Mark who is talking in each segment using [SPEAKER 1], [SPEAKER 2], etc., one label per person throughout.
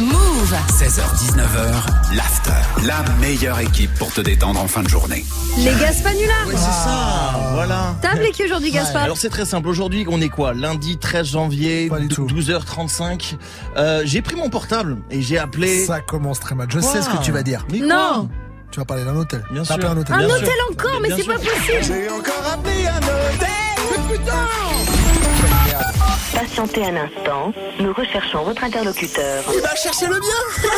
[SPEAKER 1] Move.
[SPEAKER 2] 16h-19h, l'after. La meilleure équipe pour te détendre en fin de journée.
[SPEAKER 3] Les Gaspanulas
[SPEAKER 4] Ouais, c'est ça, voilà.
[SPEAKER 3] T'as appelé qui aujourd'hui, Gaspar
[SPEAKER 4] Alors c'est très simple, aujourd'hui on est quoi Lundi 13 janvier,
[SPEAKER 5] Pas du tout.
[SPEAKER 4] 12h35. Euh, j'ai pris mon portable et j'ai appelé...
[SPEAKER 5] Ça commence très mal. Je
[SPEAKER 4] Quoi
[SPEAKER 5] sais ce que tu vas dire.
[SPEAKER 4] Mais quoi
[SPEAKER 3] Non
[SPEAKER 5] Tu vas parler d'un hôtel.
[SPEAKER 4] Bien
[SPEAKER 5] T'as
[SPEAKER 4] sûr.
[SPEAKER 5] appelé un hôtel.
[SPEAKER 3] Un
[SPEAKER 4] Bien
[SPEAKER 3] hôtel
[SPEAKER 4] sûr.
[SPEAKER 3] encore, mais
[SPEAKER 4] Bien
[SPEAKER 3] c'est
[SPEAKER 4] sûr.
[SPEAKER 3] pas possible
[SPEAKER 4] J'ai encore appelé un hôtel Putain
[SPEAKER 6] Patientez un instant, nous recherchons votre interlocuteur.
[SPEAKER 4] Il va chercher le bien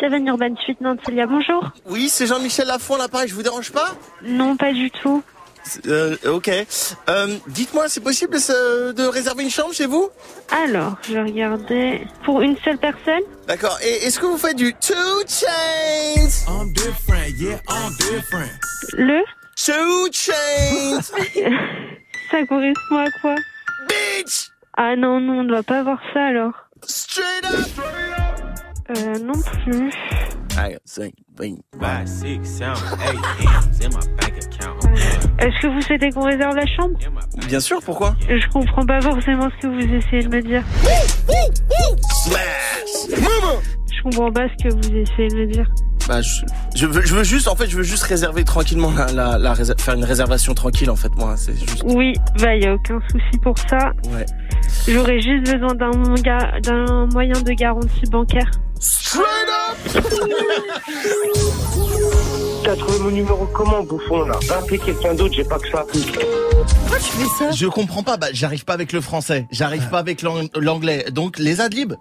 [SPEAKER 7] Seven Urban Suite Nantilia, bonjour.
[SPEAKER 4] Oui, c'est Jean-Michel Lafont à l'appareil, je vous dérange pas
[SPEAKER 7] Non, pas du tout.
[SPEAKER 4] euh, Ok. Euh, Dites-moi, c'est possible ce- de réserver une chambre chez vous
[SPEAKER 7] Alors, je regardais. Pour une seule personne
[SPEAKER 4] D'accord. Et est-ce que vous faites du two chains
[SPEAKER 7] Le
[SPEAKER 4] Two chains
[SPEAKER 7] Ça correspond à quoi
[SPEAKER 4] Bitch
[SPEAKER 7] Ah non, non, on ne doit pas voir ça alors.
[SPEAKER 4] Straight up
[SPEAKER 7] Euh, non plus.
[SPEAKER 8] Five, six, seven, eight M's in my bank account.
[SPEAKER 7] Est-ce que vous souhaitez qu'on réserve la chambre
[SPEAKER 4] Bien sûr, pourquoi
[SPEAKER 7] Je comprends pas forcément ce que vous essayez de me dire.
[SPEAKER 4] Slash Maman
[SPEAKER 7] Je comprends pas ce que vous essayez de me dire.
[SPEAKER 9] Bah, je, je veux, je veux juste, en fait, je veux juste réserver tranquillement la, la, la réser- faire une réservation tranquille, en fait, moi, c'est juste.
[SPEAKER 7] Oui, bah y a aucun souci pour ça.
[SPEAKER 9] Ouais.
[SPEAKER 7] J'aurais juste besoin d'un ga- d'un moyen de garantie bancaire.
[SPEAKER 4] Straight up
[SPEAKER 10] T'as trouvé mon numéro comment, bouffon, là Va appeler quelqu'un d'autre, j'ai pas que ça.
[SPEAKER 3] Pourquoi tu fais ça
[SPEAKER 4] Je comprends pas, bah, j'arrive pas avec le français, j'arrive pas avec l'ang- l'anglais, donc les adlibs